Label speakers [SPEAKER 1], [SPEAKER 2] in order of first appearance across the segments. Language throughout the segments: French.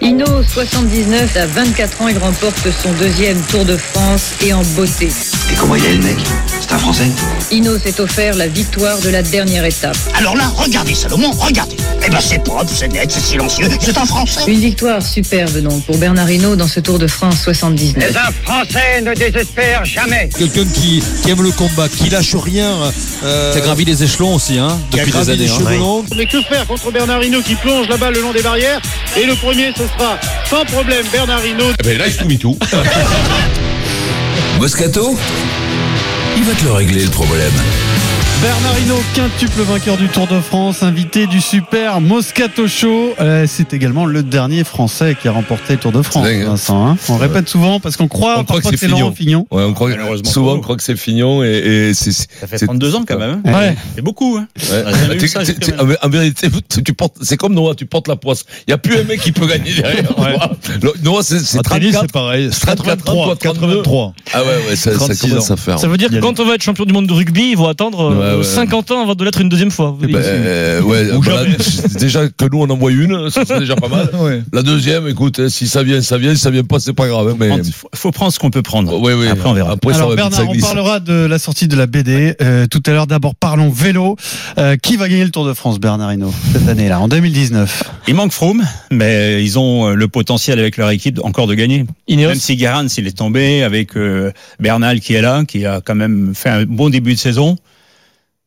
[SPEAKER 1] Hino, 79, à 24 ans, il remporte son deuxième Tour de France et en beauté.
[SPEAKER 2] Et comment il est le mec C'est un Français
[SPEAKER 1] Hino s'est offert la victoire de la dernière étape.
[SPEAKER 3] Alors là, regardez Salomon, regardez. Eh ben c'est propre, c'est net, c'est silencieux, c'est un Français.
[SPEAKER 1] Une victoire superbe donc pour Bernard Hinault dans ce Tour de France 79.
[SPEAKER 4] Un Français ne désespère jamais.
[SPEAKER 5] Quelqu'un qui, qui aime le combat, qui lâche rien. euh,
[SPEAKER 6] T'as gravi les échelons aussi, hein,
[SPEAKER 5] qui a
[SPEAKER 6] depuis des
[SPEAKER 5] gravi les
[SPEAKER 6] années. hein.
[SPEAKER 5] cheveux longs.
[SPEAKER 7] Mais que faire contre Bernardino qui plonge là-bas le long des barrières Et le premier, ce sera sans problème Bernardino.
[SPEAKER 8] Eh ben, nice to meet you.
[SPEAKER 9] Moscato Il va te le régler le problème.
[SPEAKER 10] Bernard Hinault, quintuple vainqueur du Tour de France, invité du super Moscato Show. Euh, c'est également le dernier Français qui a remporté le Tour de France,
[SPEAKER 8] C'est dingue, hein.
[SPEAKER 10] Vincent. hein. on répète souvent parce qu'on croit,
[SPEAKER 8] On croit
[SPEAKER 10] parfois
[SPEAKER 8] que c'est
[SPEAKER 10] Laurent Fignon.
[SPEAKER 8] Ouais, on croit,
[SPEAKER 11] Malheureusement
[SPEAKER 8] souvent
[SPEAKER 11] pour
[SPEAKER 8] on
[SPEAKER 11] nous.
[SPEAKER 8] croit que c'est Fignon et, et c'est. Ça
[SPEAKER 11] fait 32 ans quand même. hein.
[SPEAKER 10] Ouais.
[SPEAKER 11] C'est beaucoup. Hein. On a
[SPEAKER 8] Bah,
[SPEAKER 11] jamais vu ça jusqu'à maintenant.
[SPEAKER 8] En vérité, tu- tu portes- c'est comme Noah, tu portes la poisse. Il n'y a plus un mec qui peut gagner derrière.
[SPEAKER 10] Ouais.
[SPEAKER 8] Le- Noah, c'est c'est
[SPEAKER 10] En tennis,
[SPEAKER 8] 34.
[SPEAKER 10] c'est pareil.
[SPEAKER 8] 83, 83. Ah ouais, ouais, ça, ça
[SPEAKER 10] 36
[SPEAKER 8] commence à faire.
[SPEAKER 12] Ça veut dire que
[SPEAKER 10] Il y a
[SPEAKER 12] quand on va être champion du monde de rugby, ils vont attendre euh,
[SPEAKER 8] Ouais, ouais.
[SPEAKER 12] 50 ans avant de l'être une deuxième fois.
[SPEAKER 8] Eh ben, euh, ouais,
[SPEAKER 12] Ou
[SPEAKER 8] bah,
[SPEAKER 12] jamais.
[SPEAKER 8] là, déjà que nous on envoie une, ça c'est déjà pas mal. La deuxième, écoute, hein, si ça vient, ça vient, si ça vient pas, c'est pas grave. hein, mais...
[SPEAKER 11] Il faut,
[SPEAKER 10] eh,
[SPEAKER 11] faut prendre ce qu'on peut prendre.
[SPEAKER 8] Ouais, ouais.
[SPEAKER 11] Après, on verra.
[SPEAKER 8] Après, ça
[SPEAKER 10] Alors
[SPEAKER 8] va vite, ça
[SPEAKER 10] Bernard, on
[SPEAKER 8] glisse.
[SPEAKER 10] parlera de la sortie de la BD euh, tout à l'heure. D'abord, parlons vélo. Euh, qui va gagner le Tour de France, Bernard Hinault, cette année-là, en 2019
[SPEAKER 11] Il manque Froome, mais ils ont euh, le potentiel avec leur équipe encore de gagner.
[SPEAKER 12] Ineos.
[SPEAKER 11] Même si Garance il est tombé avec euh, Bernal qui est là, qui a quand même fait un bon début de saison,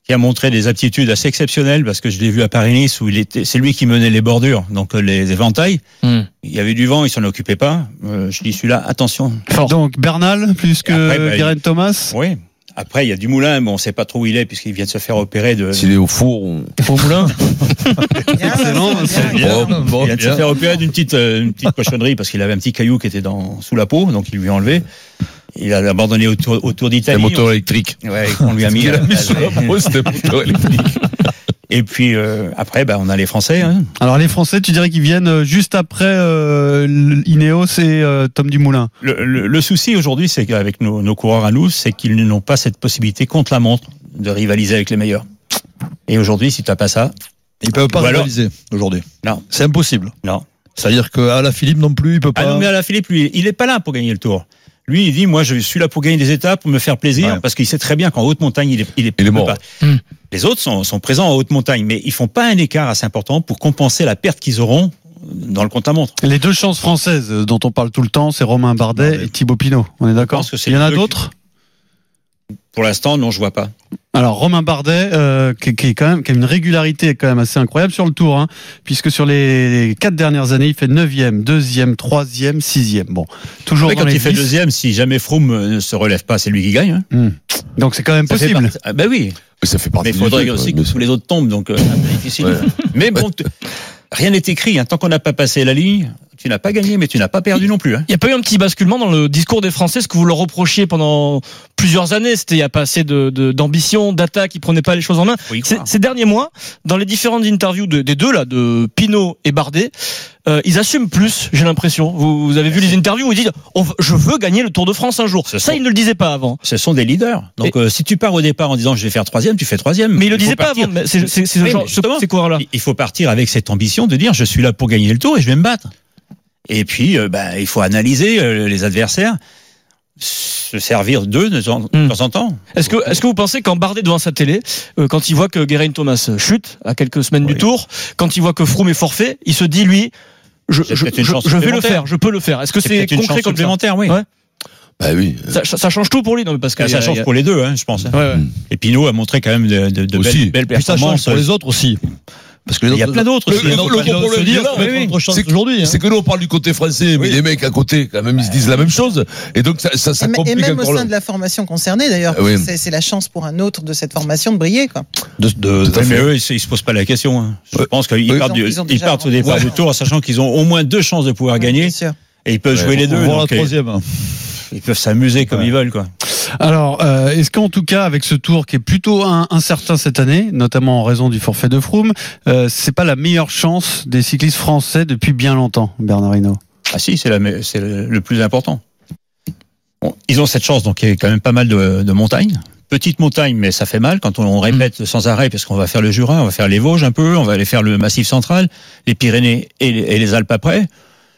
[SPEAKER 11] qui a montré des aptitudes assez exceptionnelles parce que je l'ai vu à Paris-Nice où il était, c'est lui qui menait les bordures, donc euh, les éventails.
[SPEAKER 12] Hmm.
[SPEAKER 11] Il y avait du vent, il s'en occupait pas. Euh, je dis celui-là, attention.
[SPEAKER 10] Donc Bernal plus que
[SPEAKER 11] Après, bah,
[SPEAKER 10] Guérin Thomas
[SPEAKER 11] Oui. Après, il y a du moulin, mais on sait pas trop où il est puisqu'il vient de se faire opérer de.
[SPEAKER 8] S'il est au four, on...
[SPEAKER 12] Au moulin
[SPEAKER 10] Excellent. Vincent.
[SPEAKER 8] Bon, bon,
[SPEAKER 11] Il vient de se
[SPEAKER 8] bien.
[SPEAKER 11] faire opérer d'une petite, euh, une petite cochonnerie parce qu'il avait un petit caillou qui était dans, sous la peau, donc il lui a enlevé. Il a abandonné autour, autour
[SPEAKER 8] Les
[SPEAKER 11] d'Italie.
[SPEAKER 8] moteurs électriques.
[SPEAKER 11] Ouais, on lui a mis.
[SPEAKER 8] Il a mis sur la
[SPEAKER 11] Ouais.
[SPEAKER 8] peau, c'était moteur électrique.
[SPEAKER 11] Et puis euh, après, bah, on a les Français. Hein.
[SPEAKER 10] Alors les Français, tu dirais qu'ils viennent euh, juste après euh, l- Ineos et euh, Tom Dumoulin.
[SPEAKER 11] Le, le- le souci aujourd'hui, c'est qu'avec nos, nos coureurs à nous, c'est qu'ils n'ont pas cette possibilité contre la montre de rivaliser avec les meilleurs. Et aujourd'hui, si t'as pas ça,
[SPEAKER 5] Ils peuvent pas
[SPEAKER 11] Ou alors-
[SPEAKER 5] rivaliser aujourd'hui.
[SPEAKER 11] Non.
[SPEAKER 5] C'est impossible.
[SPEAKER 11] non.
[SPEAKER 5] C'est-à-dire qu'à la Philippe non plus, il peut
[SPEAKER 11] Ah
[SPEAKER 5] pas.
[SPEAKER 11] non, mais à la Philippe, lui, il est pas là pour gagner le Tour. Lui, il dit, moi, je suis là pour gagner des étapes, pour me faire plaisir,
[SPEAKER 5] Ouais.
[SPEAKER 11] parce qu'il sait très bien qu'en haute montagne, il est,
[SPEAKER 8] Il
[SPEAKER 11] il est,
[SPEAKER 8] est
[SPEAKER 11] peut
[SPEAKER 8] mort.
[SPEAKER 11] pas.
[SPEAKER 12] Hmm.
[SPEAKER 11] Les autres sont, sont présents en haute montagne, mais ils font pas un écart assez important pour compenser la perte qu'ils auront dans le compte à montre.
[SPEAKER 10] Les deux chances françaises euh, dont on parle tout le temps, c'est Romain Bardet et Thibaut Pinot. On est d'accord
[SPEAKER 11] pense que c'est
[SPEAKER 10] Il y en a
[SPEAKER 11] les deux
[SPEAKER 10] d'autres
[SPEAKER 11] Pour l'instant, non, je vois pas.
[SPEAKER 10] Alors Romain Bardet, euh, qui, qui est quand même, qui a une régularité quand même assez incroyable sur le tour, hein, puisque sur les quatre dernières années, il fait 9e, 2e, 3e, 6e. Bon, toujours
[SPEAKER 11] Après,
[SPEAKER 10] dans
[SPEAKER 11] quand
[SPEAKER 10] les
[SPEAKER 11] il fait
[SPEAKER 10] dix.
[SPEAKER 11] deuxième, si jamais Froome euh, ne se relève pas, c'est lui qui gagne. Hein.
[SPEAKER 10] Hmm. Donc c'est quand même
[SPEAKER 11] Ça fait
[SPEAKER 10] possible.
[SPEAKER 11] partie- Ah, ben oui.
[SPEAKER 8] Ça fait partie
[SPEAKER 11] Mais il
[SPEAKER 8] du
[SPEAKER 11] faudrait
[SPEAKER 8] truc,
[SPEAKER 11] aussi
[SPEAKER 8] ouais,
[SPEAKER 11] que tous les autres tombent, donc euh, c'est un peu difficile.
[SPEAKER 8] Ouais.
[SPEAKER 11] Mais bon, t- rien n'est écrit. hein. Tant qu'on n'a pas passé la ligne, tu n'as pas gagné, mais tu n'as pas perdu non plus. Hein.
[SPEAKER 12] Il n'y a pas eu un petit basculement dans le discours des Français, ce que vous leur reprochiez pendant plusieurs années. C'était il n'y a pas assez de- de- d'ambition, d'attaque, ils prenaient pas les choses en main.
[SPEAKER 11] Faut y
[SPEAKER 12] Ces,
[SPEAKER 11] croire.
[SPEAKER 12] ces derniers mois, dans les différentes interviews de- des deux là, de Pinot et Bardet, euh, ils assument plus. J'ai l'impression. Vous, vous avez vu les interviews où ils disent On v- je veux gagner le Tour de France un jour.
[SPEAKER 11] Ce
[SPEAKER 12] Ça,
[SPEAKER 11] sont-
[SPEAKER 12] ils ne le disaient pas avant.
[SPEAKER 11] Ce sont des leaders. Donc, euh, si tu pars au départ en disant je vais faire troisième, tu fais troisième.
[SPEAKER 12] Mais ils
[SPEAKER 11] Il
[SPEAKER 12] le
[SPEAKER 11] faut
[SPEAKER 12] disaient pas
[SPEAKER 11] partir.
[SPEAKER 12] avant. mais C'est c'est- c'est ce
[SPEAKER 11] Oui,
[SPEAKER 12] genre-
[SPEAKER 11] mais
[SPEAKER 12] ce-
[SPEAKER 11] justement,
[SPEAKER 12] ces coureurs-là.
[SPEAKER 11] Il- Il faut partir avec cette ambition de dire je suis là pour gagner le tour et je vais me battre. Et puis, euh, bah, il faut analyser euh, les adversaires, se servir d'eux de temps de
[SPEAKER 12] Hmm.
[SPEAKER 11] temps en temps.
[SPEAKER 12] Est-ce que, est-ce que vous pensez qu'en Bardet devant sa télé, euh, quand il voit que Guérin Thomas euh, chute à quelques semaines du tour, quand il voit que Froome est forfait, il se dit lui, je,
[SPEAKER 11] C'est
[SPEAKER 12] je,
[SPEAKER 11] peut-être une
[SPEAKER 12] je-
[SPEAKER 11] chance
[SPEAKER 12] je vais le
[SPEAKER 11] supplémentaire.
[SPEAKER 12] faire, je peux le faire. Est-ce que
[SPEAKER 11] C'est
[SPEAKER 12] c'est
[SPEAKER 11] peut-être une
[SPEAKER 12] concret
[SPEAKER 11] chance
[SPEAKER 12] comme ça
[SPEAKER 11] complémentaire, oui.
[SPEAKER 12] Ouais.
[SPEAKER 8] Bah oui. euh,
[SPEAKER 12] ça, ça- ça change tout pour lui, non mais parce que
[SPEAKER 11] Ça
[SPEAKER 5] euh,
[SPEAKER 12] il y a- il y
[SPEAKER 11] change
[SPEAKER 12] a-
[SPEAKER 11] pour les deux, hein, je pense.
[SPEAKER 12] Ouais, ouais.
[SPEAKER 11] Et Pinot a montré quand même de, de- de
[SPEAKER 8] Aussi.
[SPEAKER 11] belles, belles
[SPEAKER 5] Puis ça change
[SPEAKER 11] performances. Euh,
[SPEAKER 5] pour les autres aussi. Parce que les
[SPEAKER 11] Il y a
[SPEAKER 5] autres-
[SPEAKER 11] plein d'autres.
[SPEAKER 8] Le-
[SPEAKER 12] hein,
[SPEAKER 11] aussi.
[SPEAKER 8] le-
[SPEAKER 5] Les autres,
[SPEAKER 8] le
[SPEAKER 5] ils doivent
[SPEAKER 8] problème,
[SPEAKER 5] se
[SPEAKER 8] il est
[SPEAKER 5] dire,
[SPEAKER 8] là.
[SPEAKER 5] on va
[SPEAKER 8] Oui,
[SPEAKER 5] prendre
[SPEAKER 8] oui.
[SPEAKER 5] autre chance
[SPEAKER 8] C'est que-
[SPEAKER 5] aujourd'hui. hein.
[SPEAKER 8] C'est que nous on parle du côté français, mais les mecs à côté, quand même, ils se disent la même chose. Et donc ça, ça, ça
[SPEAKER 13] Ah, Et, m- et
[SPEAKER 8] complique
[SPEAKER 13] même au
[SPEAKER 8] encore
[SPEAKER 13] sein
[SPEAKER 8] le-
[SPEAKER 13] de la formation concernée, d'ailleurs,
[SPEAKER 8] Ah oui.
[SPEAKER 13] c'est c'est la chance pour un autre de cette formation de briller. Quoi.
[SPEAKER 5] De- de-
[SPEAKER 8] Tout à fait.
[SPEAKER 11] Oui, mais eux, ils, se- ils se posent pas la question. hein. Je
[SPEAKER 8] Ouais.
[SPEAKER 11] pense qu'ils
[SPEAKER 8] Ils
[SPEAKER 11] partent,
[SPEAKER 13] ont-
[SPEAKER 11] du-
[SPEAKER 13] ils ont
[SPEAKER 11] ils
[SPEAKER 13] déjà hein.
[SPEAKER 11] partent au départ
[SPEAKER 8] rencontré.
[SPEAKER 11] du tour en sachant qu'ils ont au moins deux chances de pouvoir gagner
[SPEAKER 13] Bien sûr.
[SPEAKER 11] et ils peuvent
[SPEAKER 8] Ouais,
[SPEAKER 11] jouer les
[SPEAKER 5] pour
[SPEAKER 11] deux.
[SPEAKER 5] voir la
[SPEAKER 11] donc, euh,
[SPEAKER 5] troisième.
[SPEAKER 11] ils peuvent s'amuser comme ils veulent. Quoi.
[SPEAKER 10] Alors, euh, est-ce qu'en tout cas, avec ce tour qui est plutôt un- incertain cette année, notamment en raison du forfait de Froome, euh, c'est pas la meilleure chance des cyclistes français depuis bien longtemps, Bernard Hinault
[SPEAKER 11] Ah si, c'est la me- c'est le le plus important. Bon, ils ont cette chance, donc il y a quand même pas mal de, de montagnes. Petite montagne, mais ça fait mal quand on, on répète sans arrêt, parce qu'on va faire le Jura, on va faire les Vosges un peu, on va aller faire le Massif central, les Pyrénées et les, et les Alpes après.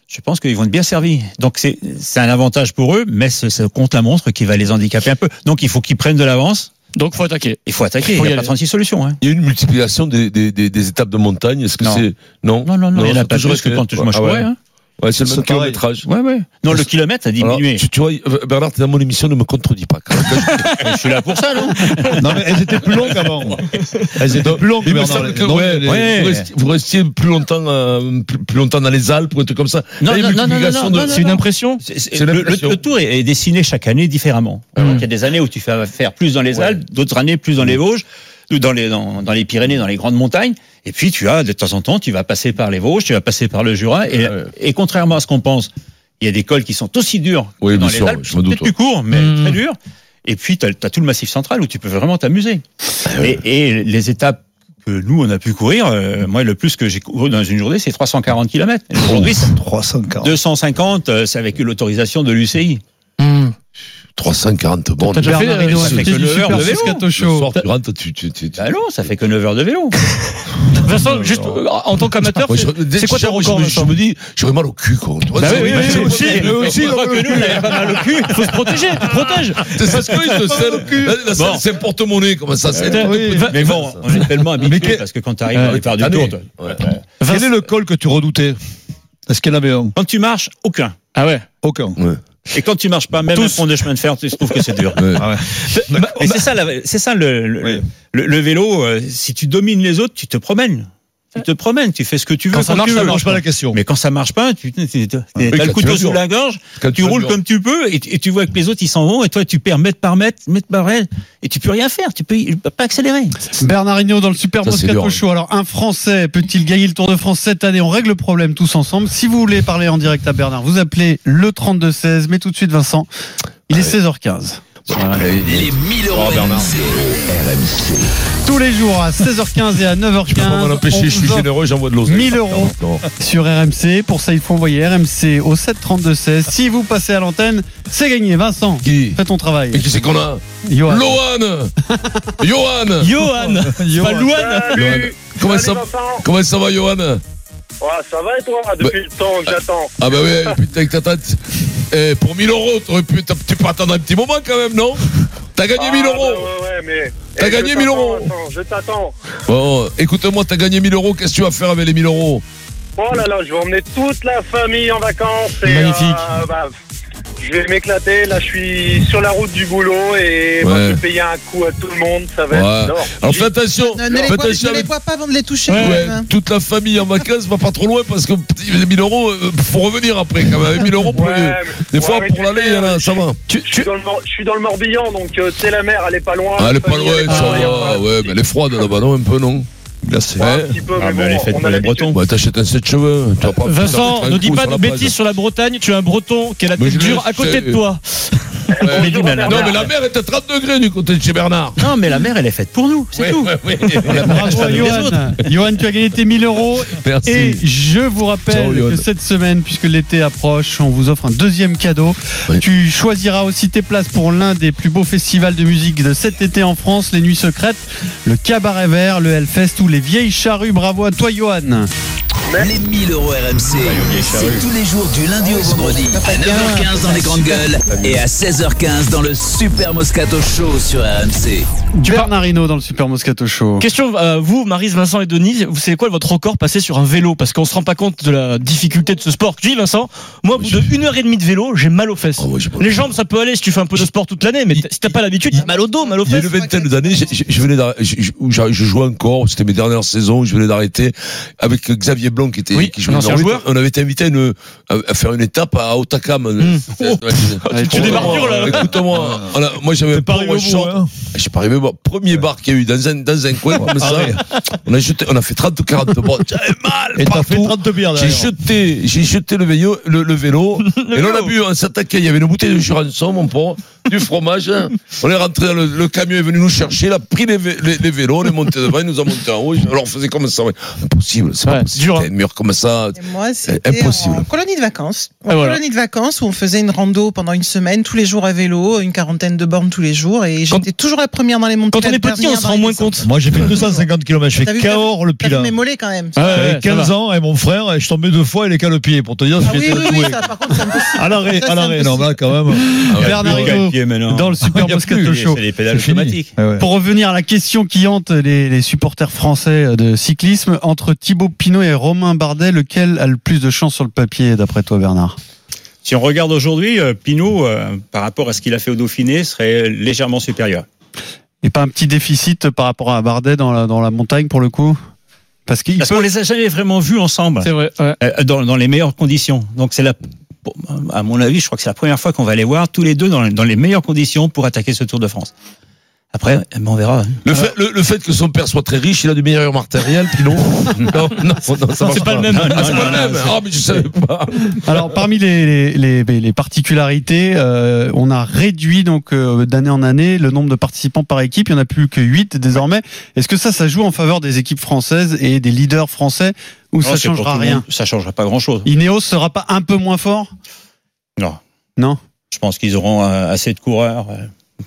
[SPEAKER 11] Je pense qu'ils vont être bien servis. Donc c'est c'est un avantage pour eux, mais c'est- ça compte la montre qui va les handicaper un peu. Donc il faut qu'ils prennent de l'avance.
[SPEAKER 12] Donc faut attaquer.
[SPEAKER 11] Il faut attaquer.
[SPEAKER 8] Faut y
[SPEAKER 11] il n'y a pas
[SPEAKER 8] aller.
[SPEAKER 11] 36 solutions. Hein.
[SPEAKER 8] Il y a une multiplication des, des, des, des étapes de montagne. Est-ce que
[SPEAKER 11] Non.
[SPEAKER 8] c'est. Non,
[SPEAKER 11] Non, non, non, il y en a
[SPEAKER 8] ça
[SPEAKER 11] pas
[SPEAKER 8] toujours
[SPEAKER 11] plus que
[SPEAKER 8] été-
[SPEAKER 11] quand je- moi, je
[SPEAKER 8] Ah ouais.
[SPEAKER 11] courais, hein.
[SPEAKER 8] Ouais, c'est le
[SPEAKER 11] C'est
[SPEAKER 8] même
[SPEAKER 11] pareil.
[SPEAKER 8] kilométrage.
[SPEAKER 11] Ouais, ouais. Non, le kilomètre a diminué.
[SPEAKER 8] Alors, tu, tu vois, euh, Bernard, t'es dans mon émission, ne me contredis pas. Quand je-
[SPEAKER 11] je suis là pour ça, non
[SPEAKER 5] Non, mais elles étaient plus longues avant. Elles étaient plus longues,
[SPEAKER 8] Il me
[SPEAKER 5] Bernard.
[SPEAKER 8] semble que
[SPEAKER 5] Donc,
[SPEAKER 8] ouais, les-
[SPEAKER 5] ouais.
[SPEAKER 8] Vous, restiez, vous restiez plus longtemps, euh, plus, plus longtemps dans les Alpes ou un truc comme ça.
[SPEAKER 11] Non,
[SPEAKER 8] Là, il y a
[SPEAKER 11] non,
[SPEAKER 8] une
[SPEAKER 11] non, non, non,
[SPEAKER 8] multiplication
[SPEAKER 11] non,
[SPEAKER 8] de-
[SPEAKER 11] non,
[SPEAKER 12] C'est une
[SPEAKER 11] non.
[SPEAKER 12] impression
[SPEAKER 11] C'est- c'est-
[SPEAKER 8] C'est
[SPEAKER 11] le,
[SPEAKER 8] l'impression.
[SPEAKER 11] le- le tour est, est dessiné chaque année différemment. Alors, Il y a des années où tu fais faire plus dans les Alpes, d'autres années plus dans les Vosges, ou dans les, dans, dans les Pyrénées, dans les grandes montagnes. Et puis tu as, de temps en temps, tu vas passer par les Vosges, tu vas passer par le Jura. Et, et contrairement à ce qu'on pense, il y a des cols qui sont aussi durs
[SPEAKER 8] Oui,
[SPEAKER 11] que dans
[SPEAKER 8] bien
[SPEAKER 11] les
[SPEAKER 8] sûr,
[SPEAKER 11] Alpes,
[SPEAKER 8] je
[SPEAKER 11] qui
[SPEAKER 8] me
[SPEAKER 11] sont
[SPEAKER 8] doute,
[SPEAKER 11] peut-être plus courts, mais très durs. Et puis tu as, tout le massif central où tu peux vraiment t'amuser. Et, et les étapes que nous, on a pu courir, euh, moi, le plus que j'ai couru dans une journée, c'est 340 km. Aujourd'hui, c'est
[SPEAKER 6] 340.
[SPEAKER 11] 250, euh, c'est avec l'autorisation de l'UCI.
[SPEAKER 8] 340 bornes.
[SPEAKER 11] T'as déjà fait, euh,
[SPEAKER 8] Ça
[SPEAKER 11] ça
[SPEAKER 8] fait
[SPEAKER 11] fait
[SPEAKER 8] que
[SPEAKER 11] du
[SPEAKER 8] neuf
[SPEAKER 11] super
[SPEAKER 8] heures de
[SPEAKER 11] Moscato
[SPEAKER 8] vélo.
[SPEAKER 11] Show.
[SPEAKER 8] Le soir, tu rentres, tu- tu- tu- tu-
[SPEAKER 11] Bah non, ça fait que 9 heures de vélo.
[SPEAKER 12] Vincent, juste euh, en tant qu'amateur,
[SPEAKER 8] Moi, je-
[SPEAKER 12] c'est
[SPEAKER 8] dès
[SPEAKER 12] c'est
[SPEAKER 8] que
[SPEAKER 12] quoi
[SPEAKER 8] je-
[SPEAKER 12] ton record
[SPEAKER 8] je, je
[SPEAKER 12] Vincent
[SPEAKER 8] me dis, j'aurais mal au cul, quoi. Tu vois,
[SPEAKER 12] Bah
[SPEAKER 8] c'est-
[SPEAKER 12] oui, oui,
[SPEAKER 8] c'est-
[SPEAKER 12] oui,
[SPEAKER 8] c'est-
[SPEAKER 12] aussi.
[SPEAKER 8] eux aussi,
[SPEAKER 12] On
[SPEAKER 8] ils ont
[SPEAKER 12] voit
[SPEAKER 8] mal
[SPEAKER 12] que
[SPEAKER 8] au
[SPEAKER 12] nous, on
[SPEAKER 8] cul.
[SPEAKER 12] avait pas mal au cul. Faut se protéger, tu te protèges.
[SPEAKER 8] C'est parce que ils se scellent. La- La scène, c'est porte-monnaie, comme ça. c'est-
[SPEAKER 11] Mais bon, on est tellement habitué parce que quand t'arrives
[SPEAKER 5] Ouais.
[SPEAKER 11] à la plupart du
[SPEAKER 5] Ah,
[SPEAKER 11] tour,
[SPEAKER 5] mais- Quel est le col que tu redoutais Est-ce qu'il y en avait un
[SPEAKER 11] quand tu marches, aucun.
[SPEAKER 12] Ah ouais
[SPEAKER 5] Aucun.
[SPEAKER 11] Et quand tu marches pas, même au fond de chemin de fer, tu trouves que c'est dur. Et c'est ça, la- c'est ça le, le, le- le vélo. euh, si tu domines les autres, tu te promènes. Tu te promènes, tu fais ce que tu veux.
[SPEAKER 5] Quand ça marche,
[SPEAKER 11] tu
[SPEAKER 5] ça
[SPEAKER 11] veux.
[SPEAKER 5] marche pas la question.
[SPEAKER 11] Mais quand ça marche pas, tu tu- tu- t'as
[SPEAKER 5] Oui, quand
[SPEAKER 11] le
[SPEAKER 5] tu
[SPEAKER 11] couteau
[SPEAKER 5] vas
[SPEAKER 11] sous
[SPEAKER 5] dur.
[SPEAKER 11] la gorge,
[SPEAKER 5] Quand tu
[SPEAKER 11] tu
[SPEAKER 5] vas
[SPEAKER 11] roules
[SPEAKER 5] dur.
[SPEAKER 11] comme tu peux et, tu- et tu vois que les autres ils s'en vont et toi tu perds mètre par mètre, mètre par mètre et tu peux rien faire, tu peux y- pas accélérer.
[SPEAKER 14] Ah,
[SPEAKER 10] Bernard Hinault dans le Super
[SPEAKER 11] Ça, c'est
[SPEAKER 10] Moscato
[SPEAKER 11] dur, hein.
[SPEAKER 10] Show. Alors, un Français peut-il gagner le Tour de France cette année On règle le problème tous ensemble. Si vous voulez parler en direct à Bernard, vous appelez le 3216. Mais tout de suite, Vincent, il est 16h15.
[SPEAKER 9] Les 1000
[SPEAKER 8] Oh,
[SPEAKER 9] euros RMC.
[SPEAKER 10] Tous les jours à 16h15 et à 9h15.
[SPEAKER 8] Tu peux pas m'en empêcher, je suis
[SPEAKER 10] on vous offre
[SPEAKER 8] généreux, j'envoie de l'oseille.
[SPEAKER 10] 1000 euros sur RMC. Pour ça, il faut envoyer RMC au 732-16. Si vous passez à l'antenne, c'est gagné. Vincent, fais ton travail.
[SPEAKER 8] Et qui c'est qu'on a
[SPEAKER 10] Johan.
[SPEAKER 8] Lohan Johan
[SPEAKER 12] Johan
[SPEAKER 10] Johan.
[SPEAKER 12] Pas Louane
[SPEAKER 8] Johan. Comment, ça, comment ça va, Bah, Johan
[SPEAKER 14] ça va et toi Depuis le temps que j'attends.
[SPEAKER 8] Ah bah ouais, putain que t'attends. Eh, pour 1000 euros, t'aurais pu, t'as- tu peux attendre un petit moment quand même, non T'as gagné
[SPEAKER 15] Ah,
[SPEAKER 8] 1000 euros
[SPEAKER 14] Ah,
[SPEAKER 15] bah
[SPEAKER 14] Ouais, ouais, mais.
[SPEAKER 8] T'as
[SPEAKER 14] Eh,
[SPEAKER 8] gagné
[SPEAKER 14] je
[SPEAKER 8] 1000
[SPEAKER 14] t'attends,
[SPEAKER 8] euros.
[SPEAKER 14] attends, Je t'attends.
[SPEAKER 8] Bon, écoute-moi, t'as gagné 1000 euros, qu'est-ce que tu vas faire avec les 1000 euros
[SPEAKER 14] Oh là là, je vais emmener toute la famille en vacances. Et,
[SPEAKER 8] Magnifique.
[SPEAKER 14] euh, bah, je vais m'éclater. Là, je suis sur la route du boulot et
[SPEAKER 8] Ouais.
[SPEAKER 14] moi, je vais payer un coup à tout le monde. Ça va
[SPEAKER 8] Ouais.
[SPEAKER 14] être énorme.
[SPEAKER 8] Alors fais attention,
[SPEAKER 13] Ne, ne les
[SPEAKER 8] fais
[SPEAKER 13] vois,
[SPEAKER 8] attention
[SPEAKER 13] ne les
[SPEAKER 8] avec-
[SPEAKER 13] vois pas avant de les toucher.
[SPEAKER 8] Ouais,
[SPEAKER 13] quand
[SPEAKER 8] ouais,
[SPEAKER 13] même, hein.
[SPEAKER 8] toute la famille en vacances va pas trop loin parce que les 1000 euros, euh, faut revenir après quand même. Avec 1000 euros, pour les- des fois
[SPEAKER 14] ouais, mais
[SPEAKER 8] pour
[SPEAKER 14] tu
[SPEAKER 8] l'aller,
[SPEAKER 14] sais,
[SPEAKER 8] il y en a, ça va.
[SPEAKER 14] Je suis dans le Mor- je suis dans le Morbihan, donc euh, tu sais, la mer, elle est pas loin.
[SPEAKER 8] Ah, elle est pas
[SPEAKER 14] famille,
[SPEAKER 8] loin,
[SPEAKER 14] elle est
[SPEAKER 8] ça
[SPEAKER 14] loin, y a pas-
[SPEAKER 8] va. Ouais, mais elle est froide là-bas, non Un peu, non Glacée.
[SPEAKER 14] Ouais, un petit peu,
[SPEAKER 11] Ah,
[SPEAKER 14] mais bon, on a l'habitude.
[SPEAKER 8] Bah, t'achètes un 7 cheveux. Tu vas pas
[SPEAKER 12] Vincent, ne dis pas de bêtises sur la Bretagne, tu as un breton qui a la
[SPEAKER 8] Mais
[SPEAKER 12] tête
[SPEAKER 8] je le
[SPEAKER 12] dure à côté
[SPEAKER 8] sais.
[SPEAKER 12] de toi.
[SPEAKER 8] Ah non, mais la mer est Euh, à 30 degrés du côté de chez Bernard.
[SPEAKER 11] Non, mais la mer, elle est faite pour nous,
[SPEAKER 8] c'est tout.
[SPEAKER 10] Bravo à Johan. Johan, tu as gagné tes 1000 euros.
[SPEAKER 8] Merci.
[SPEAKER 10] Et je vous
[SPEAKER 8] Ciao,
[SPEAKER 10] rappelle
[SPEAKER 8] Johan.
[SPEAKER 10] que cette semaine, puisque l'été approche, on vous offre un deuxième cadeau. Tu choisiras aussi tes places pour l'un des plus beaux festivals de musique de cet été en France, les Nuits Secrètes, le Cabaret Vert, le Hellfest ou les Vieilles Charrues. Bravo à toi, Johan.
[SPEAKER 9] Les 1000 euros RMC,
[SPEAKER 8] Ah,
[SPEAKER 9] c'est tous les jours du lundi au
[SPEAKER 13] Ah,
[SPEAKER 9] vendredi, à 9h15 dans les grandes gueules et à 16h15 dans le Super Moscato Show sur RMC.
[SPEAKER 10] Bernard Hinault dans le Super Moscato Show.
[SPEAKER 12] Question, euh, vous, Marise, Vincent et Denis, vous savez quoi votre record passé sur un vélo Parce qu'on se rend pas compte de la difficulté de ce sport. Je dis, Vincent, moi, au bout de une heure et demie de vélo, j'ai mal aux fesses.
[SPEAKER 6] Ah
[SPEAKER 12] Les jambes, ça peut aller si tu fais un peu de sport toute l'année, mais t- si t'as pas l'habitude, t'as mal au dos, mal aux
[SPEAKER 8] Il y a
[SPEAKER 12] fesses.
[SPEAKER 8] une vingtaine d'années, j'ai- j'ai- je venais d'arr- je, je- je- je jouais encore, c'était mes dernières saisons, je venais d'arrêter avec Xavier Blanc qui était qui jouait
[SPEAKER 12] un ancien
[SPEAKER 8] dans le-
[SPEAKER 12] joueur.
[SPEAKER 8] On avait été invité à, une- à- à faire une étape à Otakam. Oh. Ah,
[SPEAKER 12] tu- tu démarres dur, là.
[SPEAKER 8] Écoute-moi, voilà, moi j'avais pas
[SPEAKER 12] arrivé au bout, hein.
[SPEAKER 8] J'ai pas arrivé au bout. Premier bar qu'il y a eu dans un, dans un coin comme ça. On a jeté, on a fait 30 ou 40 bords. J'avais mal
[SPEAKER 5] Et t'as
[SPEAKER 8] partout.
[SPEAKER 5] fait 32
[SPEAKER 10] Ah,
[SPEAKER 5] bières
[SPEAKER 8] J'ai
[SPEAKER 5] derrière.
[SPEAKER 8] jeté, j'ai jeté le vélo, le, le vélo. et là, on a bu, on s'attaquait. Il y avait une bouteille de Jurançon, mon pauvre. du fromage. hein. On est rentré dans le, le camion est venu nous chercher, il a pris les, vé- les- les vélos, on est monté devant, il nous a monté en haut. Alors on faisait comme ça. ouais. Impossible, c'est pas possible.
[SPEAKER 12] hein.
[SPEAKER 8] Dur, mur comme ça.
[SPEAKER 13] Moi,
[SPEAKER 8] c'est
[SPEAKER 13] C'était
[SPEAKER 8] impossible.
[SPEAKER 13] En colonie de vacances. En
[SPEAKER 8] Ah, voilà.
[SPEAKER 13] colonie de vacances où on faisait une rando pendant une semaine, tous les jours à vélo, une quarantaine de bornes tous les jours. Et j'étais toujours la première dans les montées.
[SPEAKER 12] Quand on
[SPEAKER 13] la
[SPEAKER 12] est petit, on
[SPEAKER 13] dernière
[SPEAKER 12] se
[SPEAKER 13] dans
[SPEAKER 12] rend
[SPEAKER 13] les
[SPEAKER 12] moins
[SPEAKER 13] descentes.
[SPEAKER 12] compte.
[SPEAKER 6] Moi, j'ai fait 250 km, j'ai
[SPEAKER 13] T'as
[SPEAKER 6] fait
[SPEAKER 13] vu-
[SPEAKER 6] Cahors le
[SPEAKER 13] t'as vu
[SPEAKER 6] Pilat.
[SPEAKER 13] mes mollets quand même.
[SPEAKER 12] Ah
[SPEAKER 6] J'avais 15 ans et mon frère, je tombais deux fois et les cas le pied pour te dire si
[SPEAKER 13] Ah oui,
[SPEAKER 6] j'étais
[SPEAKER 13] oui, oui,
[SPEAKER 6] doué.
[SPEAKER 13] ça, par contre, c'est impossible.
[SPEAKER 6] À l'arrêt,
[SPEAKER 13] Ça,
[SPEAKER 6] à
[SPEAKER 13] c'est
[SPEAKER 6] l'arrêt, non,
[SPEAKER 13] impossible.
[SPEAKER 6] là, quand même.
[SPEAKER 11] Ah,
[SPEAKER 10] Bernard Hinault, dans le Super Moscato Show. Pour revenir à la question qui hante les, les supporters français euh, de cyclisme, entre Thibaut Pinot et Romain Bardet, lequel a le plus de chance sur le papier, d'après toi, Bernard
[SPEAKER 11] Si on regarde aujourd'hui, euh, Pinot, euh, par rapport à ce qu'il a fait au Dauphiné, serait légèrement supérieur.
[SPEAKER 10] Et pas un petit déficit par rapport à Bardet dans la, dans la montagne, pour le coup Parce qu'il
[SPEAKER 11] Parce qu'on les a jamais vraiment vus ensemble.
[SPEAKER 10] C'est vrai,
[SPEAKER 11] Euh, Dans, dans les meilleures conditions. Donc c'est la, bon, à mon avis, je crois que c'est la première fois qu'on va les voir tous les deux dans, dans les meilleures conditions pour attaquer ce Tour de France. Après, eh ben, on verra. hein.
[SPEAKER 8] Le fait, le, le fait que son père soit très riche, il a du meilleur matériel, puis non. Non, non, non, ça marche
[SPEAKER 10] C'est pas le même.
[SPEAKER 8] Ah, c'est
[SPEAKER 10] Ah, Non,
[SPEAKER 8] pas
[SPEAKER 10] non,
[SPEAKER 8] le même.
[SPEAKER 10] non,
[SPEAKER 8] Ah, mais je savais pas.
[SPEAKER 10] Alors parmi les, les, les- les particularités, euh, on a réduit donc euh, d'année en année le nombre de participants par équipe. Il n'y en a plus que 8 désormais. Est-ce que ça, ça joue en faveur des équipes françaises et des leaders français ou
[SPEAKER 11] Non,
[SPEAKER 10] ça
[SPEAKER 11] c'est pour
[SPEAKER 10] changera
[SPEAKER 11] tout le
[SPEAKER 10] rien
[SPEAKER 11] monde. Ça changera pas grand-chose.
[SPEAKER 10] Ineos sera pas un peu moins fort
[SPEAKER 11] Non.
[SPEAKER 10] Non.
[SPEAKER 11] Je pense qu'ils auront euh, assez de coureurs. euh,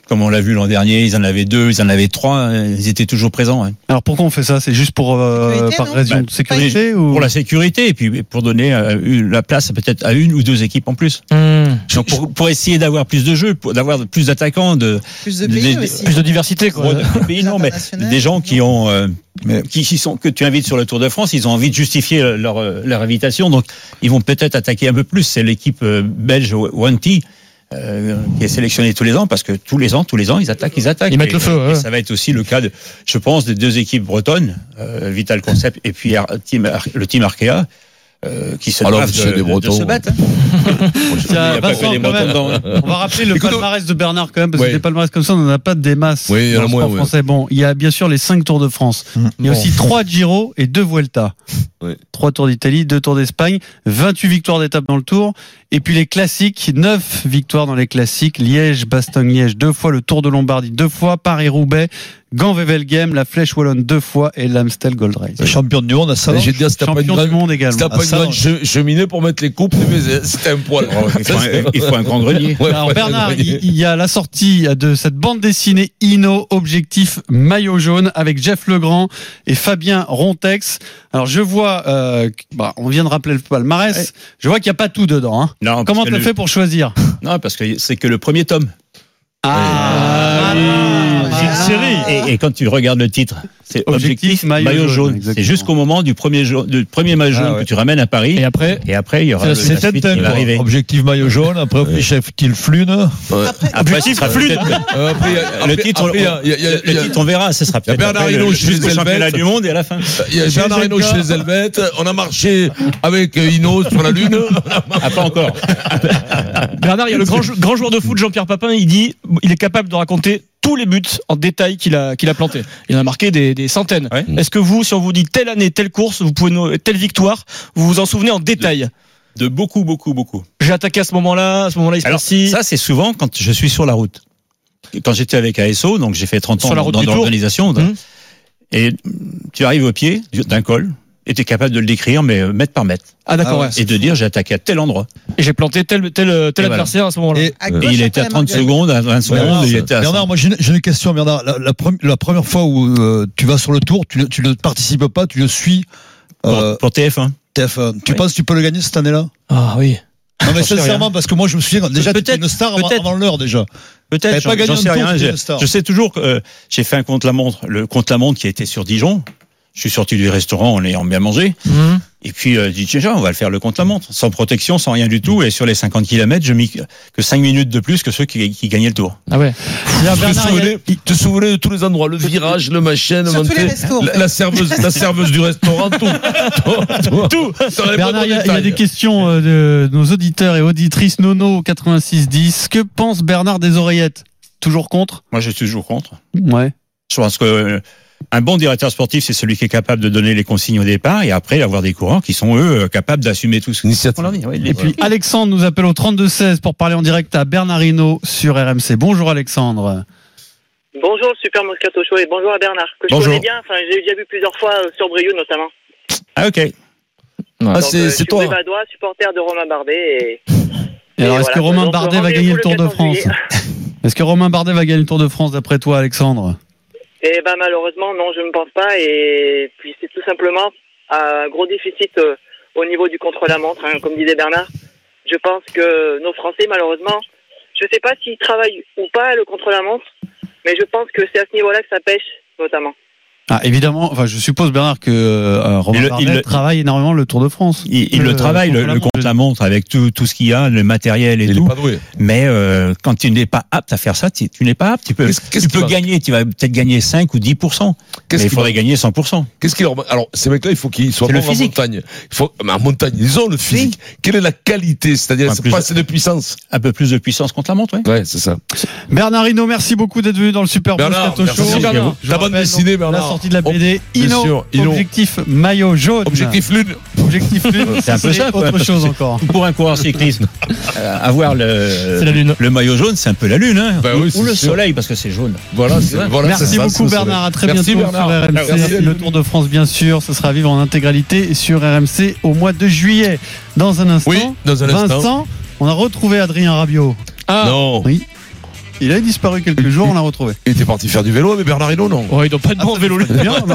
[SPEAKER 11] Comme on l'a vu l'an dernier, ils en avaient deux, ils en avaient trois, euh, ils étaient toujours présents. hein.
[SPEAKER 10] Alors pourquoi on fait ça C'est juste pour euh, par raison
[SPEAKER 11] Bah,
[SPEAKER 10] de sécurité ou
[SPEAKER 11] Pour la sécurité et puis pour donner euh, une- la place peut-être à une ou deux équipes en plus.
[SPEAKER 12] Hmm.
[SPEAKER 11] Donc, pour, pour essayer d'avoir plus de jeux, pour- d'avoir plus d'attaquants, de
[SPEAKER 13] Plus de
[SPEAKER 11] des-
[SPEAKER 13] pays
[SPEAKER 11] des-
[SPEAKER 13] aussi.
[SPEAKER 11] plus de
[SPEAKER 12] diversité
[SPEAKER 11] quoi. pays, non, mais des gens qui ont euh, qui, qui sont que tu invites sur le Tour de France, ils ont envie de justifier leur euh, leur invitation, donc ils vont peut-être attaquer un peu plus. C'est l'équipe euh, belge One T. qui est sélectionnée tous les ans parce que tous les ans, tous les ans, ils attaquent, ils attaquent.
[SPEAKER 12] Ils mettent
[SPEAKER 11] Et- euh,
[SPEAKER 12] le feu,
[SPEAKER 11] et
[SPEAKER 12] ouais.
[SPEAKER 11] ça va être aussi le cas, de, je pense, des deux équipes bretonnes, euh, Vital Concept et puis Ar- Team Ar- le Team Arkea, euh, qui se
[SPEAKER 8] Alors,
[SPEAKER 11] doivent
[SPEAKER 8] c'est
[SPEAKER 11] de,
[SPEAKER 8] des
[SPEAKER 11] de- de
[SPEAKER 8] Bretons.
[SPEAKER 11] se battre. hein.
[SPEAKER 10] Tiens,
[SPEAKER 11] Il y a pas
[SPEAKER 10] Vincent,
[SPEAKER 11] que les
[SPEAKER 10] quand
[SPEAKER 11] Bretons
[SPEAKER 10] même,
[SPEAKER 11] dedans. hein.
[SPEAKER 10] On va rappeler le
[SPEAKER 11] Écoute,
[SPEAKER 10] palmarès de Bernard quand même, parce
[SPEAKER 11] Ouais.
[SPEAKER 10] que des palmarès comme ça, on n'en a pas des masses
[SPEAKER 8] Oui, il y en
[SPEAKER 10] dans
[SPEAKER 8] a
[SPEAKER 10] le
[SPEAKER 8] moins,
[SPEAKER 10] sport
[SPEAKER 8] ouais. Mm.
[SPEAKER 10] français. Bon, il y a bien sûr les 5 Tours de France. Il y a
[SPEAKER 8] Bon.
[SPEAKER 10] aussi 3 Giro et 2 Vuelta.
[SPEAKER 8] Ouais.
[SPEAKER 10] 3 Tours d'Italie, 2 Tours d'Espagne, 28 victoires d'étape dans le Tour. Et puis les classiques, 9 victoires dans les classiques. Liège, Bastogne-Liège, deux fois le Tour de Lombardie, deux fois Paris-Roubaix, Gand-Wevelgem, la Flèche Wallonne, deux fois et l'Amstel Gold Race.
[SPEAKER 6] Champion du monde à Salanches.
[SPEAKER 8] J'ai dit, ah, si t'as pas une
[SPEAKER 10] Champion
[SPEAKER 8] grande,
[SPEAKER 10] du monde également.
[SPEAKER 8] si t'as pas
[SPEAKER 10] Ah,
[SPEAKER 8] une
[SPEAKER 10] ça,
[SPEAKER 8] grande
[SPEAKER 10] ouais.
[SPEAKER 8] che- cheminée pour mettre les coupes, mais c'était un poil.
[SPEAKER 11] Oh, il faut un- il faut un grand grenier.
[SPEAKER 8] Ouais,
[SPEAKER 10] Alors
[SPEAKER 8] ouais,
[SPEAKER 10] Bernard,
[SPEAKER 8] un
[SPEAKER 10] il
[SPEAKER 8] grenier.
[SPEAKER 10] il y a la sortie de cette bande dessinée Ino, objectif maillot jaune, avec Jeff Legrand et Fabien Rontex. Alors je vois, euh, bah, on vient de rappeler le palmarès, je vois qu'il n'y a pas tout dedans. hein.
[SPEAKER 11] Non, parce
[SPEAKER 10] Comment
[SPEAKER 11] que
[SPEAKER 10] tu le
[SPEAKER 11] le-
[SPEAKER 10] fais pour choisir
[SPEAKER 11] Non, parce que c'est que le premier tome.
[SPEAKER 10] Ah,
[SPEAKER 11] Et, et quand tu regardes le titre, c'est
[SPEAKER 10] Objectif,
[SPEAKER 11] objectif,
[SPEAKER 10] maillot jaune,
[SPEAKER 11] maillot, jaune.
[SPEAKER 10] exactement.
[SPEAKER 11] C'est jusqu'au moment du premier jo- du premier maillot jaune que tu ramènes à Paris. Et
[SPEAKER 12] après,
[SPEAKER 11] et après il y aura le-
[SPEAKER 6] C'est
[SPEAKER 11] la suite qui va arriver.
[SPEAKER 6] un objectif maillot jaune, après
[SPEAKER 11] Ouais.
[SPEAKER 6] chef qu'il flune.
[SPEAKER 11] Après,
[SPEAKER 6] Objectif,
[SPEAKER 11] ce sera
[SPEAKER 6] flûte.
[SPEAKER 11] peut-être-
[SPEAKER 6] Euh, après, il y a-
[SPEAKER 11] le
[SPEAKER 6] après-
[SPEAKER 11] titre, on-
[SPEAKER 6] après, il y a- il y a-
[SPEAKER 11] le
[SPEAKER 6] il y a-
[SPEAKER 11] titre, on verra. Ce sera
[SPEAKER 8] Il y a
[SPEAKER 11] peut-être
[SPEAKER 8] Bernard
[SPEAKER 11] après le-
[SPEAKER 8] Hinault chez les
[SPEAKER 11] jusqu'au championnat
[SPEAKER 8] Helvètes.
[SPEAKER 11] du monde et à la fin.
[SPEAKER 8] Il y a Bernard Hinault chez les Helvètes. On a marché avec euh, Hinault sur la Lune.
[SPEAKER 11] Ah, pas encore.
[SPEAKER 12] Bernard, il y a le grand, jou- grand joueur de foot, Jean-Pierre Papin, il dit il est capable de raconter tous les buts en détail qu'il a, qu'il a planté. Il en a marqué des, des centaines. Est-ce que vous, si on vous dit telle année, telle course, vous pouvez nous- telle victoire, vous vous en souvenez en détail
[SPEAKER 11] De beaucoup, beaucoup, beaucoup.
[SPEAKER 12] J'ai attaqué à ce moment-là, à ce moment-là, il se
[SPEAKER 11] Alors,
[SPEAKER 12] passe ci.
[SPEAKER 11] ça, c'est souvent quand je suis sur la route. Quand j'étais avec ASO, donc j'ai fait 30 ans
[SPEAKER 12] Sur la
[SPEAKER 11] dans,
[SPEAKER 12] route
[SPEAKER 11] dans
[SPEAKER 12] du Tour. Mmh.
[SPEAKER 11] l'organisation. hein. Et tu arrives au pied d'un col et tu es capable de le décrire, mais euh, mètre par mètre.
[SPEAKER 12] Ah, d'accord, ouais.
[SPEAKER 11] Et de dire j'ai attaqué à tel endroit.
[SPEAKER 12] Et j'ai planté tel, tel, tel
[SPEAKER 11] Et voilà.
[SPEAKER 12] adversaire à ce moment-là.
[SPEAKER 11] Et il était à 30 secondes, à 20 secondes, il était à
[SPEAKER 6] Bernard, moi j'ai une- j'ai une question, Bernard. La, la premi- la première fois où euh, tu vas sur le tour, tu, le- tu ne participes pas, tu le suis. euh,
[SPEAKER 12] Euh,
[SPEAKER 11] Pour, TF1.
[SPEAKER 6] TF1. Tu penses que tu peux le gagner cette année-là
[SPEAKER 12] Ah oui.
[SPEAKER 6] Non mais
[SPEAKER 11] J'en sais
[SPEAKER 6] sincèrement,
[SPEAKER 11] rien.
[SPEAKER 6] parce que moi je me souviens, déjà tu
[SPEAKER 11] Peut-être,
[SPEAKER 6] étais une star avant,
[SPEAKER 11] peut-être.
[SPEAKER 6] avant l'heure déjà. T'avais
[SPEAKER 11] Peut-être,
[SPEAKER 6] pas
[SPEAKER 11] j'en
[SPEAKER 6] gagné
[SPEAKER 11] j'en
[SPEAKER 6] un
[SPEAKER 11] sais
[SPEAKER 6] tour,
[SPEAKER 11] rien.
[SPEAKER 6] tu
[SPEAKER 11] j'ai-
[SPEAKER 6] étais une star.
[SPEAKER 11] Je sais toujours que euh, j'ai fait un compte la montre, le compte la montre qui était sur Dijon. Je suis sorti du restaurant en ayant bien mangé.
[SPEAKER 6] Mhm.
[SPEAKER 11] Et puis, euh, je dis, tiens, Jean, on va le faire le compte la montre, sans protection, sans rien du tout. Et sur les 50 km, je mis que- que 5 minutes de plus que ceux qui, qui gagnaient le tour.
[SPEAKER 12] Ah ouais.
[SPEAKER 8] Tu te, souvenais, tu te souvenais de tous les endroits, le virage, le machin, le
[SPEAKER 12] Sur tous
[SPEAKER 8] mantel,
[SPEAKER 12] les restos, en
[SPEAKER 8] la,
[SPEAKER 12] fait.
[SPEAKER 8] la serveuse, la serveuse du restaurant, tout. Tout. tout. Dans les
[SPEAKER 10] Bernard,
[SPEAKER 8] moindres
[SPEAKER 10] Ah, il y, a- il y a
[SPEAKER 8] détails.
[SPEAKER 10] des questions euh, de nos auditeurs et auditrices Nono 8610. Que pense Bernard des oreillettes Toujours contre
[SPEAKER 11] Moi, je suis toujours contre.
[SPEAKER 10] Ouais.
[SPEAKER 11] Je pense que euh, un bon directeur sportif, c'est celui qui est capable de donner les consignes au départ et après d'avoir des coureurs qui sont, eux, euh, capables d'assumer tout ce qu'on leur dit. Oui,
[SPEAKER 10] Et puis Alexandre nous appelle au 32-16 pour parler en direct à Bernard Hinault sur RMC. Bonjour Alexandre.
[SPEAKER 15] Bonjour Super Moscato Show et bonjour à Bernard. Que
[SPEAKER 10] Bonjour.
[SPEAKER 15] je connais bien, enfin j'ai déjà vu plusieurs fois euh, sur Briou notamment.
[SPEAKER 11] Ah, ok.
[SPEAKER 15] Donc,
[SPEAKER 11] Ah,
[SPEAKER 15] euh,
[SPEAKER 11] c'est
[SPEAKER 15] je suis
[SPEAKER 11] c'est toi.
[SPEAKER 15] Brivadois, supporter de Romain Bardet et.
[SPEAKER 10] Et alors,
[SPEAKER 15] et
[SPEAKER 10] est-ce
[SPEAKER 15] voilà.
[SPEAKER 10] que Romain
[SPEAKER 15] Donc,
[SPEAKER 10] Bardet va gagner
[SPEAKER 15] rendez-vous
[SPEAKER 10] le Tour de France
[SPEAKER 15] juillet.
[SPEAKER 10] Est-ce que Romain Bardet va gagner le Tour de France d'après toi, Alexandre
[SPEAKER 15] Eh ben malheureusement non, je ne pense pas et puis c'est tout simplement un gros déficit euh, au niveau du contre-la-montre, hein, comme disait Bernard. Je pense que nos Français malheureusement, je ne sais pas s'ils travaillent ou pas le contre-la-montre, mais je pense que c'est à ce niveau-là que ça pêche notamment.
[SPEAKER 10] Ah, évidemment. Enfin, je suppose Bernard que euh, Romain
[SPEAKER 11] Il le-
[SPEAKER 10] Bardet
[SPEAKER 11] il le-
[SPEAKER 10] travaille énormément le Tour de France.
[SPEAKER 11] Il, il le travaille, le, le compte la montre avec tout, tout ce qu'il y a, le matériel et tout. Mais euh, quand tu n'es pas apte à faire ça, tu, tu n'es pas apte. Tu peux, tu peux gagner, tu vas peut-être gagner 5 ou 10 mais
[SPEAKER 8] Qu'est-ce
[SPEAKER 11] il
[SPEAKER 8] qui
[SPEAKER 11] faudrait
[SPEAKER 8] va-
[SPEAKER 11] gagner 100
[SPEAKER 8] Qu'est-ce qu'il leur- Alors, ces mecs-là, il faut qu'ils soient
[SPEAKER 11] C'est le
[SPEAKER 8] bons en
[SPEAKER 11] physique.
[SPEAKER 8] montagne. Il faut... Mais en montagne, ils ont le physique. Quelle est la qualité C'est-à-dire, c'est pas assez de puissance.
[SPEAKER 11] Un peu plus de puissance contre la montre, oui.
[SPEAKER 8] Ouais, c'est ça.
[SPEAKER 10] Bernard Hinault, merci beaucoup d'être venu dans le Super
[SPEAKER 8] Bernard,
[SPEAKER 10] Moscato
[SPEAKER 8] merci,
[SPEAKER 10] Show.
[SPEAKER 8] merci, Bernard.
[SPEAKER 10] Je
[SPEAKER 8] Ta
[SPEAKER 10] rappelle
[SPEAKER 8] bande dessinée,
[SPEAKER 10] donc
[SPEAKER 8] Bernard.
[SPEAKER 10] La sortie de la
[SPEAKER 8] Oh,
[SPEAKER 10] BD.
[SPEAKER 8] bien
[SPEAKER 10] Hinault,
[SPEAKER 8] sûr, Hinault.
[SPEAKER 10] Objectif maillot jaune.
[SPEAKER 11] Objectif
[SPEAKER 8] lune.
[SPEAKER 10] Objectif lune.
[SPEAKER 11] C'est un peu ça. quoi,
[SPEAKER 10] Euh, Autre
[SPEAKER 11] parce
[SPEAKER 10] chose
[SPEAKER 11] que
[SPEAKER 10] encore.
[SPEAKER 11] Pour un coureur cycliste, euh, avoir le,
[SPEAKER 10] C'est la lune.
[SPEAKER 11] le maillot jaune, c'est un peu la lune. Hein.
[SPEAKER 8] Ben
[SPEAKER 11] Ou-
[SPEAKER 8] oui,
[SPEAKER 11] ou
[SPEAKER 8] c'est
[SPEAKER 11] le
[SPEAKER 8] sûr.
[SPEAKER 11] soleil, parce que c'est jaune.
[SPEAKER 8] Voilà, c'est- voilà,
[SPEAKER 10] Merci
[SPEAKER 8] c'est ça, c'est
[SPEAKER 10] beaucoup
[SPEAKER 8] le
[SPEAKER 10] Bernard,
[SPEAKER 8] soleil.
[SPEAKER 10] à très
[SPEAKER 8] Merci,
[SPEAKER 10] bientôt
[SPEAKER 8] Bernard.
[SPEAKER 10] sur RMC.
[SPEAKER 8] Merci.
[SPEAKER 10] Le Tour de France, bien sûr, ce sera à vivre en intégralité sur RMC au mois de juillet. Dans un instant,
[SPEAKER 8] Oui, dans un
[SPEAKER 10] Vincent,
[SPEAKER 8] instant.
[SPEAKER 10] on a retrouvé Adrien Rabiot.
[SPEAKER 8] Ah. Non.
[SPEAKER 10] Oui. Il a disparu quelques jours, on l'a retrouvé.
[SPEAKER 8] Il était parti faire du vélo, mais Bernard Hinault, non.
[SPEAKER 12] Ouais, ils n'ont pas de bon vélo, les
[SPEAKER 8] bah,
[SPEAKER 10] Bien, on l'a